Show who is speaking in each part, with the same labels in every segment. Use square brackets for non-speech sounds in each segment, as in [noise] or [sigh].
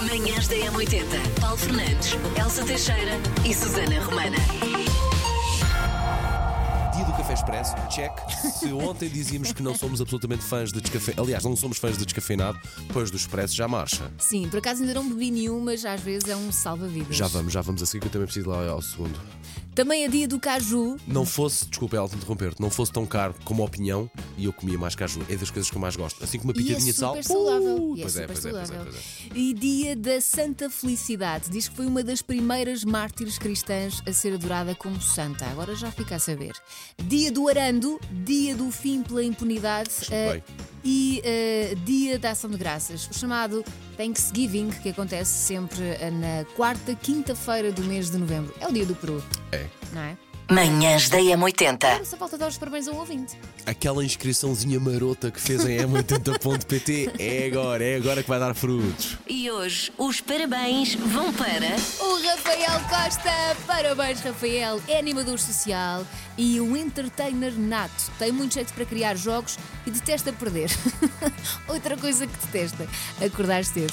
Speaker 1: Manhãs da M80. Paulo Fernandes, Elsa Teixeira e Susana Romana.
Speaker 2: Dia do Café Expresso, check. Se ontem dizíamos que não somos absolutamente fãs de descafé... Aliás, não somos fãs de descafeinado, pois do Expresso já marcha.
Speaker 3: Sim, por acaso ainda não bebi nenhum, mas às vezes é um salva-vidas.
Speaker 2: Já vamos, já vamos a seguir, que eu também preciso ir lá ao segundo.
Speaker 3: Também é dia do caju.
Speaker 2: Não fosse, desculpa, Elton, interromper-te, não fosse tão caro como a opinião e eu comia mais caju. É das coisas que eu mais gosto. Assim como uma
Speaker 3: E é
Speaker 2: pitadinha de sal.
Speaker 3: super saudável.
Speaker 2: Uh,
Speaker 3: E é
Speaker 2: pois, é,
Speaker 3: super
Speaker 2: pois, é, pois é,
Speaker 3: saudável.
Speaker 2: pois é.
Speaker 3: E dia da Santa Felicidade. Diz que foi uma das primeiras mártires cristãs a ser adorada como santa. Agora já fica a saber. Dia do arando, dia do fim pela impunidade eh,
Speaker 2: bem.
Speaker 3: e eh, dia da ação de graças. O chamado Thanksgiving, que acontece sempre eh, na quarta, quinta-feira do mês de novembro. É o dia do Peru,
Speaker 2: É.
Speaker 3: não é?
Speaker 1: Manhãs da M80.
Speaker 3: Só falta dar os parabéns a um ouvinte.
Speaker 2: Aquela inscriçãozinha marota que fez em m80.pt é agora, é agora que vai dar frutos.
Speaker 1: E hoje os parabéns vão para.
Speaker 3: O Rafael Costa, parabéns Rafael, é animador social e um entertainer nato. Tem muito jeito para criar jogos e detesta perder. [laughs] Outra coisa que detesta, acordar cedo.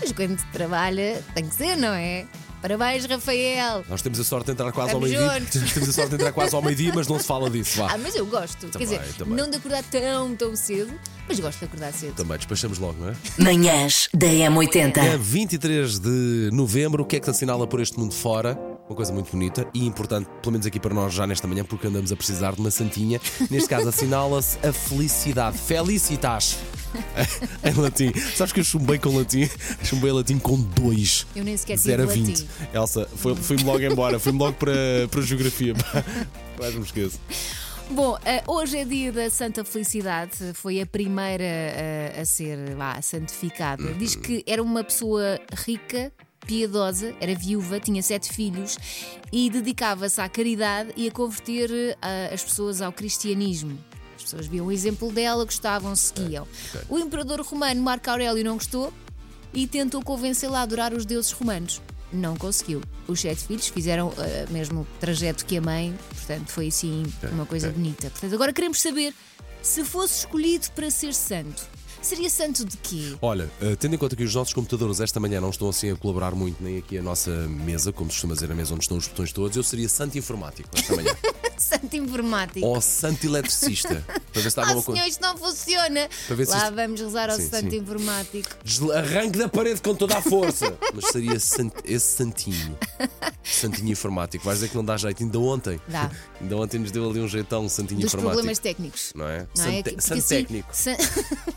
Speaker 3: Mas quando trabalha, tem que ser, não é? Parabéns Rafael.
Speaker 2: Nós temos a sorte de entrar quase
Speaker 3: Estamos
Speaker 2: ao meio-dia.
Speaker 3: juntos.
Speaker 2: Temos a sorte de entrar quase ao meio-dia, mas não se fala disso, vá.
Speaker 3: Ah, mas eu gosto. Quer
Speaker 2: Também,
Speaker 3: dizer,
Speaker 2: também.
Speaker 3: não de acordar tão, tão cedo, mas gosto de acordar cedo.
Speaker 2: Também despachamos logo, não é?
Speaker 1: Manhãs da
Speaker 2: É
Speaker 1: M80.
Speaker 2: 23 de novembro, o que é que te assinala por este mundo fora? Uma coisa muito bonita e importante, pelo menos aqui para nós já nesta manhã, porque andamos a precisar de uma santinha. Neste caso, assinala-se a felicidade. Felicitas! [laughs] em latim. Sabes que eu chumbei com latim? Chumbei latim com dois.
Speaker 3: Eu nem sequer tive
Speaker 2: 0 a 20.
Speaker 3: latim.
Speaker 2: Elsa, foi- fui-me logo embora, fui-me logo para, para a geografia. [laughs] Quase me esqueço.
Speaker 3: Bom, eh, hoje é dia da Santa Felicidade, foi a primeira eh, a ser lá, santificada. Diz que era uma pessoa rica, piedosa, era viúva, tinha sete filhos e dedicava-se à caridade e a converter eh, as pessoas ao cristianismo. As pessoas viam o exemplo dela, gostavam, seguiam. O imperador romano Marco Aurélio não gostou e tentou convencê-la a adorar os deuses romanos. Não conseguiu. Os sete filhos fizeram eh, mesmo o trajeto que a mãe, portanto, foi assim uma coisa bonita. Portanto, agora queremos saber se fosse escolhido para ser santo, seria santo de quê?
Speaker 2: Olha, eh, tendo em conta que os nossos computadores esta manhã não estão assim a colaborar muito, nem aqui a nossa mesa, como se costuma dizer, a mesa onde estão os botões todos, eu seria santo informático esta manhã.
Speaker 3: [laughs] Santo informático.
Speaker 2: ou santo eletricista. Para ver se está
Speaker 3: Ah,
Speaker 2: alguma
Speaker 3: senhor,
Speaker 2: Oh, coisa.
Speaker 3: isto não funciona.
Speaker 2: Para ver se
Speaker 3: Lá
Speaker 2: isto-
Speaker 3: vamos rezar ao
Speaker 2: Sim,
Speaker 3: santo
Speaker 2: sim.
Speaker 3: informático.
Speaker 2: Desla- Arranque da parede com toda a força. Mas seria sant- esse santinho. Santinho informático. Vais dizer que não dá jeito. Ainda ontem.
Speaker 3: Dá.
Speaker 2: Ainda ontem nos deu ali um jeitão, um santinho
Speaker 3: Dos
Speaker 2: informático.
Speaker 3: problemas técnicos.
Speaker 2: Não é?
Speaker 3: Não
Speaker 2: Santo-
Speaker 3: é? Porque
Speaker 2: santo
Speaker 3: assim, [laughs]
Speaker 2: técnico.
Speaker 3: san-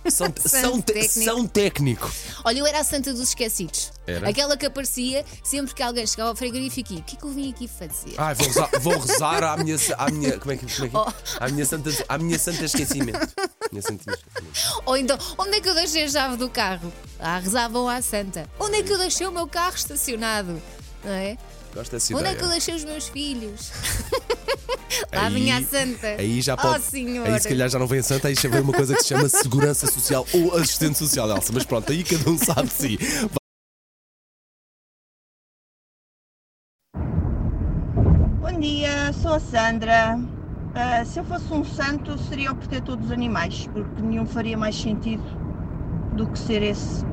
Speaker 2: São, são,
Speaker 3: Santo
Speaker 2: te-
Speaker 3: técnico.
Speaker 2: são técnico.
Speaker 3: Olha, eu era a santa dos esquecidos.
Speaker 2: Era?
Speaker 3: Aquela que aparecia sempre que alguém chegava ao frigorífico e o que é que eu vim aqui fazer?
Speaker 2: Ai, vou rezar, vou rezar à minha. À minha como é que. Como é que
Speaker 3: Oh.
Speaker 2: à, minha santa, à minha santa esquecimento. Minha santa esquecimento.
Speaker 3: Ou então, onde é que eu deixei a chave do carro? Ah, rezavam à santa. Onde é que eu deixei o meu carro estacionado? Não é?
Speaker 2: Gosto dessa
Speaker 3: Onde
Speaker 2: ideia.
Speaker 3: é que eu deixei os
Speaker 2: [laughs]
Speaker 3: meus filhos? Lá vinha a santa.
Speaker 2: Aí já pode.
Speaker 3: Oh, senhora.
Speaker 2: aí se calhar já não vem a santa, aí já vem uma coisa que se chama segurança social ou assistente social, Elsa. Mas pronto, aí cada um sabe de si.
Speaker 4: Bom dia, sou a Sandra. Ah, se eu fosse um santo, seria o protetor dos animais, porque nenhum faria mais sentido do que ser esse.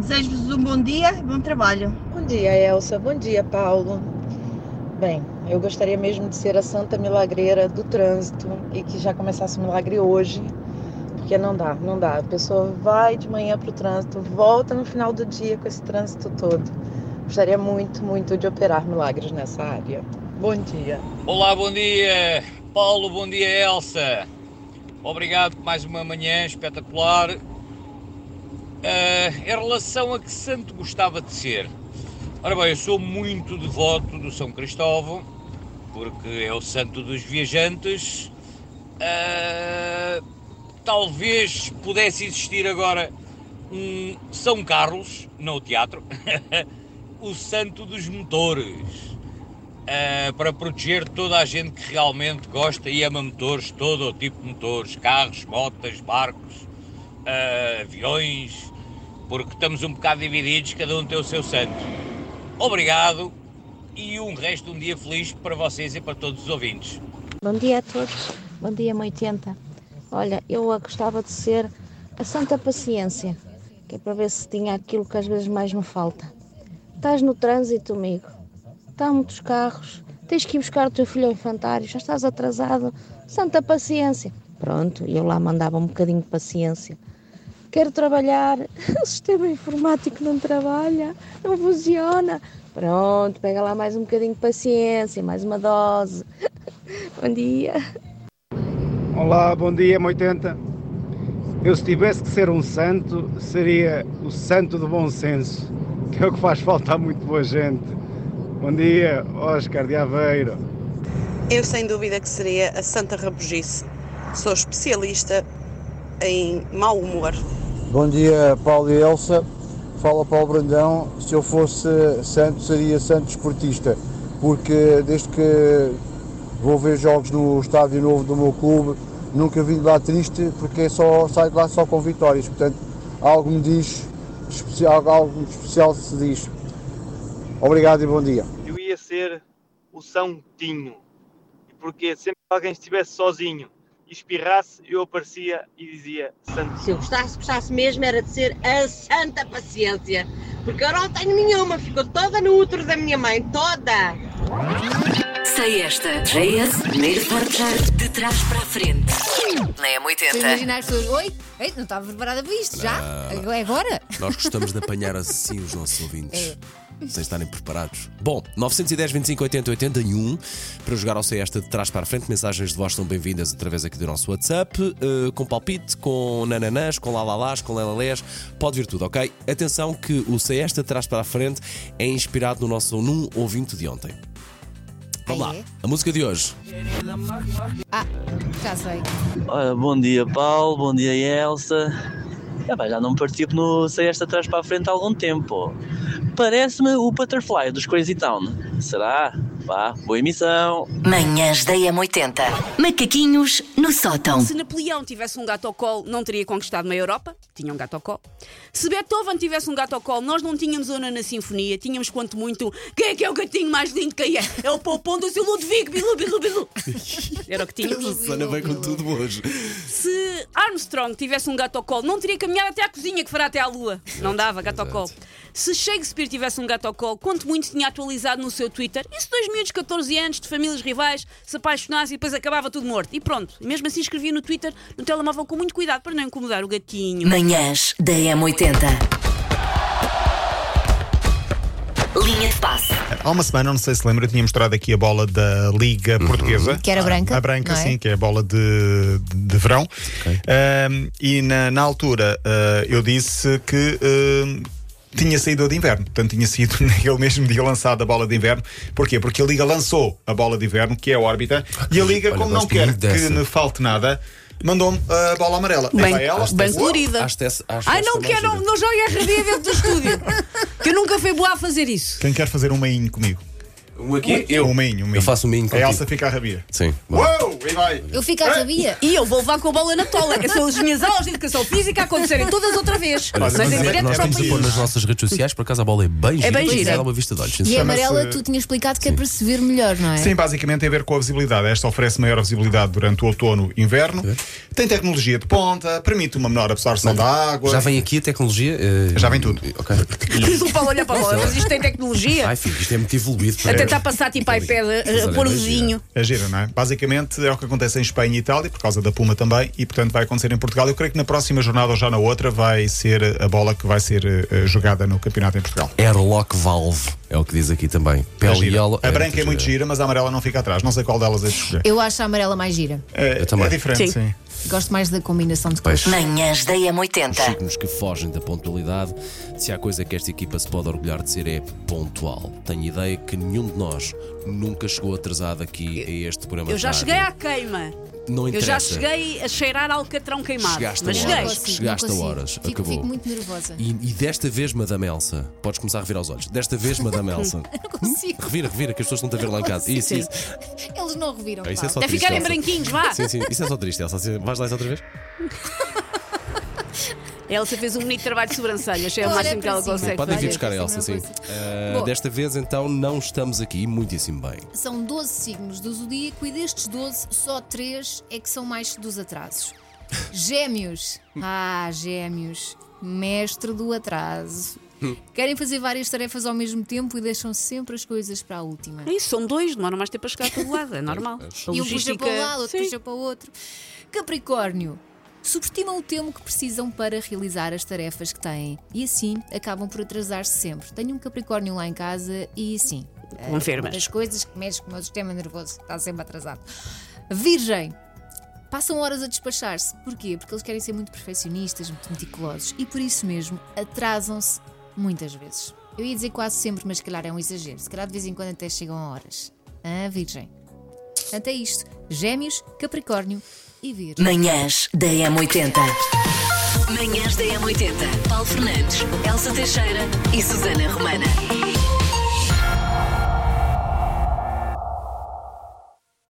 Speaker 4: Desejo-vos um bom dia e bom trabalho.
Speaker 5: Bom dia, Elsa. Bom dia, Paulo. Bem, eu gostaria mesmo de ser a santa milagreira do trânsito e que já começasse o milagre hoje, porque não dá, não dá. A pessoa vai de manhã para o trânsito, volta no final do dia com esse trânsito todo. Gostaria muito, muito de operar milagres nessa área. Bom dia.
Speaker 6: Olá, bom dia, Paulo, bom dia, Elsa. Obrigado por mais uma manhã espetacular. Ah, em relação a que santo gostava de ser, ora bem, eu sou muito devoto do São Cristóvão, porque é o santo dos viajantes. Ah, talvez pudesse existir agora um São Carlos, não o teatro, [laughs] o santo dos motores. Uh, para proteger toda a gente que realmente gosta e ama motores, todo o tipo de motores, carros, motas, barcos, uh, aviões, porque estamos um bocado divididos, cada um tem o seu santo. Obrigado e um resto de um dia feliz para vocês e para todos os ouvintes.
Speaker 7: Bom dia a todos, bom dia M80. Olha, eu a gostava de ser a Santa Paciência, que é para ver se tinha aquilo que às vezes mais me falta. Estás no trânsito, amigo, está muitos carros, tens que ir buscar o teu filho ao infantário, já estás atrasado, santa paciência. Pronto, eu lá mandava um bocadinho de paciência. Quero trabalhar, [laughs] o sistema informático não trabalha, não funciona. Pronto, pega lá mais um bocadinho de paciência, mais uma dose. Bom dia.
Speaker 8: Olá, bom dia, M80. Eu, se tivesse que ser um santo, seria o santo do bom senso, que é o que faz falta a muito boa gente. Bom dia, Oscar de Aveiro.
Speaker 9: Eu sem dúvida que seria a Santa Rabugice. Sou especialista em mau humor.
Speaker 10: Bom dia, Paulo e Elsa. Fala Paulo Brandão. Se eu fosse santo, seria santo esportista, porque desde que vou ver jogos no estádio novo do meu clube, nunca vim de lá triste, porque é só saio de lá só com vitórias. Portanto, algo me diz, especial, algo especial se diz. Obrigado e bom dia.
Speaker 11: eu ia ser o São Tinho. E Porque sempre que alguém estivesse sozinho e espirrasse, eu aparecia e dizia Santo.
Speaker 12: Se eu gostasse, gostasse mesmo era de ser a santa paciência. Porque eu não tenho nenhuma, ficou toda no útero da minha mãe, toda.
Speaker 1: Sei esta. JS, primeiro portar de trás para a frente. Na
Speaker 3: Estou a
Speaker 1: M80.
Speaker 3: imaginar as pessoas. Oi, ei, não estava preparada para isto, já? É agora?
Speaker 2: Nós gostamos de apanhar assim os nossos ouvintes.
Speaker 13: É.
Speaker 2: Sem estarem preparados. Bom, 910 25 80 81 para jogar ao Sei Esta de trás para a frente. Mensagens de voz são bem-vindas através aqui do nosso WhatsApp, eh, com palpite, com nananãs, com lalalás, com lelalés. Pode vir tudo, ok? Atenção que o Sei Esta de trás para a frente é inspirado no nosso num ouvinte de ontem. Vamos
Speaker 3: Ah,
Speaker 2: lá,
Speaker 3: é?
Speaker 2: a música de hoje.
Speaker 3: Ah, já sei.
Speaker 14: Ora, bom dia Paulo, bom dia Elsa. Ah, pá, já não participo no Sei Esta Trás para a Frente há algum tempo. Parece-me o Butterfly dos Crazy Town. Será? Vá, boa emissão.
Speaker 1: Manhãs da M80. Macaquinhos no sótão.
Speaker 13: Se Napoleão tivesse um gato ao colo, não teria conquistado meia Europa. Tinha um gato ao colo. Se Beethoven tivesse um gato ao colo, nós não tínhamos ona na sinfonia. Tínhamos quanto muito. Quem é que é o gatinho mais lindo? Quem é? É o Poupon do seu Ludwig. Bilu, bilu, bilu. Era o que
Speaker 2: [laughs] A
Speaker 13: tínhamos.
Speaker 2: Susana vem com tudo hoje.
Speaker 13: Se Armstrong tivesse um gato ao colo, não teria caminhado até à cozinha que fará até à lua. Não dava, gato ao colo. Se Shakespeare tivesse um gato ao colo, quanto muito tinha atualizado no seu Twitter, e se dois miúdos de 14 anos de famílias rivais se apaixonassem e depois acabava tudo morto. E pronto, E mesmo assim escrevia no Twitter, no telemóvel, com muito cuidado para não incomodar o gatinho.
Speaker 1: Manhãs da M80. Linha de passe.
Speaker 15: Há uma semana, não sei se lembra, eu tinha mostrado aqui a bola da Liga Portuguesa.
Speaker 3: Que era branca,
Speaker 15: A branca,
Speaker 3: não é?
Speaker 15: sim, que é a bola de, de verão. Ahm, e na, na altura ah, eu disse que. ahm, tinha saído a de inverno, portanto tinha sido [laughs] naquele mesmo dia lançada a bola de inverno. Porquê? Porque a Liga lançou a bola de inverno, que é a órbita, e a Liga,
Speaker 2: Olha,
Speaker 15: como não
Speaker 2: gosto
Speaker 15: quer
Speaker 2: muito dessa.
Speaker 15: que me falte nada, mandou-me a bola amarela.
Speaker 13: Bem-
Speaker 15: Epá, é ela-
Speaker 13: bem colorida.
Speaker 2: Acho essa- acho
Speaker 13: Ai,
Speaker 2: essa
Speaker 13: não
Speaker 2: mais
Speaker 13: quero, não,
Speaker 2: gira.
Speaker 13: não jogue a rabia dentro do estúdio. que eu nunca fui boa a fazer isso.
Speaker 15: Quem quer fazer um meinho comigo?
Speaker 2: Um aqui? Eu.
Speaker 15: Um meinho, um meinho.
Speaker 2: Eu faço um meinho
Speaker 15: A
Speaker 2: contigo.
Speaker 15: Elsa fica a rabia.
Speaker 2: Sim. bom.
Speaker 15: Uou! E vai!
Speaker 3: Eu fico à sabia.
Speaker 13: E eu vou levar com a bola na tola. São as minhas aulas de educação física a acontecerem todas outra vez.
Speaker 2: Olha,
Speaker 13: Mas
Speaker 15: mas
Speaker 13: em
Speaker 15: é-
Speaker 13: direto
Speaker 2: nós
Speaker 13: para o
Speaker 2: temos a pôr
Speaker 13: país.
Speaker 2: nas nossas redes sociais, por acaso a bola é bem gira.
Speaker 13: bem
Speaker 2: Pois
Speaker 13: gira. é
Speaker 2: Dá uma vista de olhos.
Speaker 3: E a
Speaker 2: sinceramente.
Speaker 3: amarela tu tinha explicado que é para se ver melhor, não é?
Speaker 15: Sim, basicamente tem a ver com a visibilidade. Esta oferece maior visibilidade durante o outono e inverno. Tem tecnologia de ponta, permite uma menor absorção da água.
Speaker 2: Já vem aqui a tecnologia? eh,
Speaker 15: Já vem tudo.
Speaker 2: Ok.
Speaker 13: Diz o Paulo olhar para a bola, mas isto tem tecnologia.
Speaker 2: Ai, filho, isto é muito evoluído.
Speaker 13: A
Speaker 2: pá.
Speaker 13: tentar passar tipo iPad, a- a
Speaker 2: Olha,
Speaker 13: pôr o
Speaker 2: bem gira.
Speaker 13: vizinho.
Speaker 15: É gira, não é? Basicamente é o que acontece em Espanha e Itália, por causa da Puma também, e portanto vai acontecer em Portugal. Eu creio que na próxima jornada ou já na outra vai ser a bola que vai ser eh, jogada no campeonato em Portugal.
Speaker 2: Airlock Valve é o que diz aqui também. Pele Eh,
Speaker 15: gira.
Speaker 2: yellow.
Speaker 15: a branca é muito gira, mas a amarela não fica atrás. Não sei qual delas é de escolher.
Speaker 3: Eu acho a amarela mais gira.
Speaker 15: É,
Speaker 2: eu também.
Speaker 15: é
Speaker 13: Sim.
Speaker 15: diferente, sim.
Speaker 3: Gosto mais da combinação de cores.
Speaker 2: Pois.
Speaker 1: Manhãs da
Speaker 13: Tá.
Speaker 1: M80.
Speaker 2: Signos que fogem da pontualidade. Se há coisa que esta equipa se pode orgulhar de ser é pontual. Tenho ideia que nenhum de nós nunca chegou atrasado aqui a este programa.
Speaker 13: Eu
Speaker 2: de
Speaker 13: já
Speaker 2: rádio.
Speaker 13: cheguei à queima.
Speaker 2: Não
Speaker 13: Eu já
Speaker 2: interessa.
Speaker 13: cheguei a cheirar alcatrão queimado.
Speaker 2: Chegaste a
Speaker 13: mas
Speaker 2: horas.
Speaker 13: cheguei.
Speaker 3: Consigo,
Speaker 2: Chegaste a
Speaker 3: não consigo.
Speaker 2: horas.
Speaker 3: Fico,
Speaker 2: Acabou.
Speaker 3: fico muito nervosa.
Speaker 2: E, e desta vez, Madame Elsa, podes começar a revirar os olhos. Desta vez,
Speaker 3: [laughs]
Speaker 2: Madame Elsa. Hum?
Speaker 3: Não consigo.
Speaker 2: Revira, revira, que as pessoas estão a ver
Speaker 3: [laughs]
Speaker 2: lá em casa. Isso, isso.
Speaker 3: Eles não reviram.
Speaker 2: Ah, isso é
Speaker 3: Paulo.
Speaker 2: só
Speaker 13: Até
Speaker 2: triste,
Speaker 13: ficarem
Speaker 2: Elsa.
Speaker 13: branquinhos, vá.
Speaker 2: Sim, sim, isso é só triste, Elsa. Assim, Vais lá isso outra vez?
Speaker 13: A Elsa fez um bonito trabalho de sobrancelhas. É o
Speaker 3: Olha
Speaker 13: máximo que
Speaker 3: para
Speaker 13: ela
Speaker 3: cima.
Speaker 13: consegue
Speaker 2: Podem vir
Speaker 13: fazer.
Speaker 2: buscar a
Speaker 3: essa
Speaker 2: Elsa,
Speaker 3: não
Speaker 2: sim.
Speaker 3: consigo.
Speaker 2: Ah,
Speaker 3: Bom.
Speaker 2: desta vez, então, não estamos aqui, muitíssimo bem.
Speaker 3: São 12 signos do zodíaco e destes 12, só 3 é que são mais dos atrasos. Gêmeos. Ah, gêmeos. mestre do atraso. Querem fazer várias tarefas ao mesmo tempo e deixam sempre as coisas para a última.
Speaker 13: Isso, são dois, demoram mais tempo para chegar a todo lado, é normal. A
Speaker 3: E um puxa
Speaker 13: logística-
Speaker 3: para um lado, outro
Speaker 13: Sim.
Speaker 3: puxa para o outro. Capricórnio. Subestimam o tempo que precisam para realizar as tarefas que têm e assim acabam por atrasar-se sempre. Tenho um Capricórnio lá em casa e sim. é
Speaker 13: Confirmas.
Speaker 3: uma Das coisas que mexe com o meu sistema nervoso, que está sempre atrasado. Virgem. Passam horas a despachar-se. Porquê? Porque eles querem ser muito perfeccionistas, muito meticulosos e por isso mesmo atrasam-se muitas vezes. Eu ia dizer quase sempre, mas se calhar é um exagero. Se calhar de vez em quando até chegam a horas. Ah, Virgem. Portanto, é isto. Gêmeos, Capricórnio e Virgem.
Speaker 1: Manhãs da M80. Manhãs da M80. Paulo Fernandes, Elsa Teixeira e Susana Romana.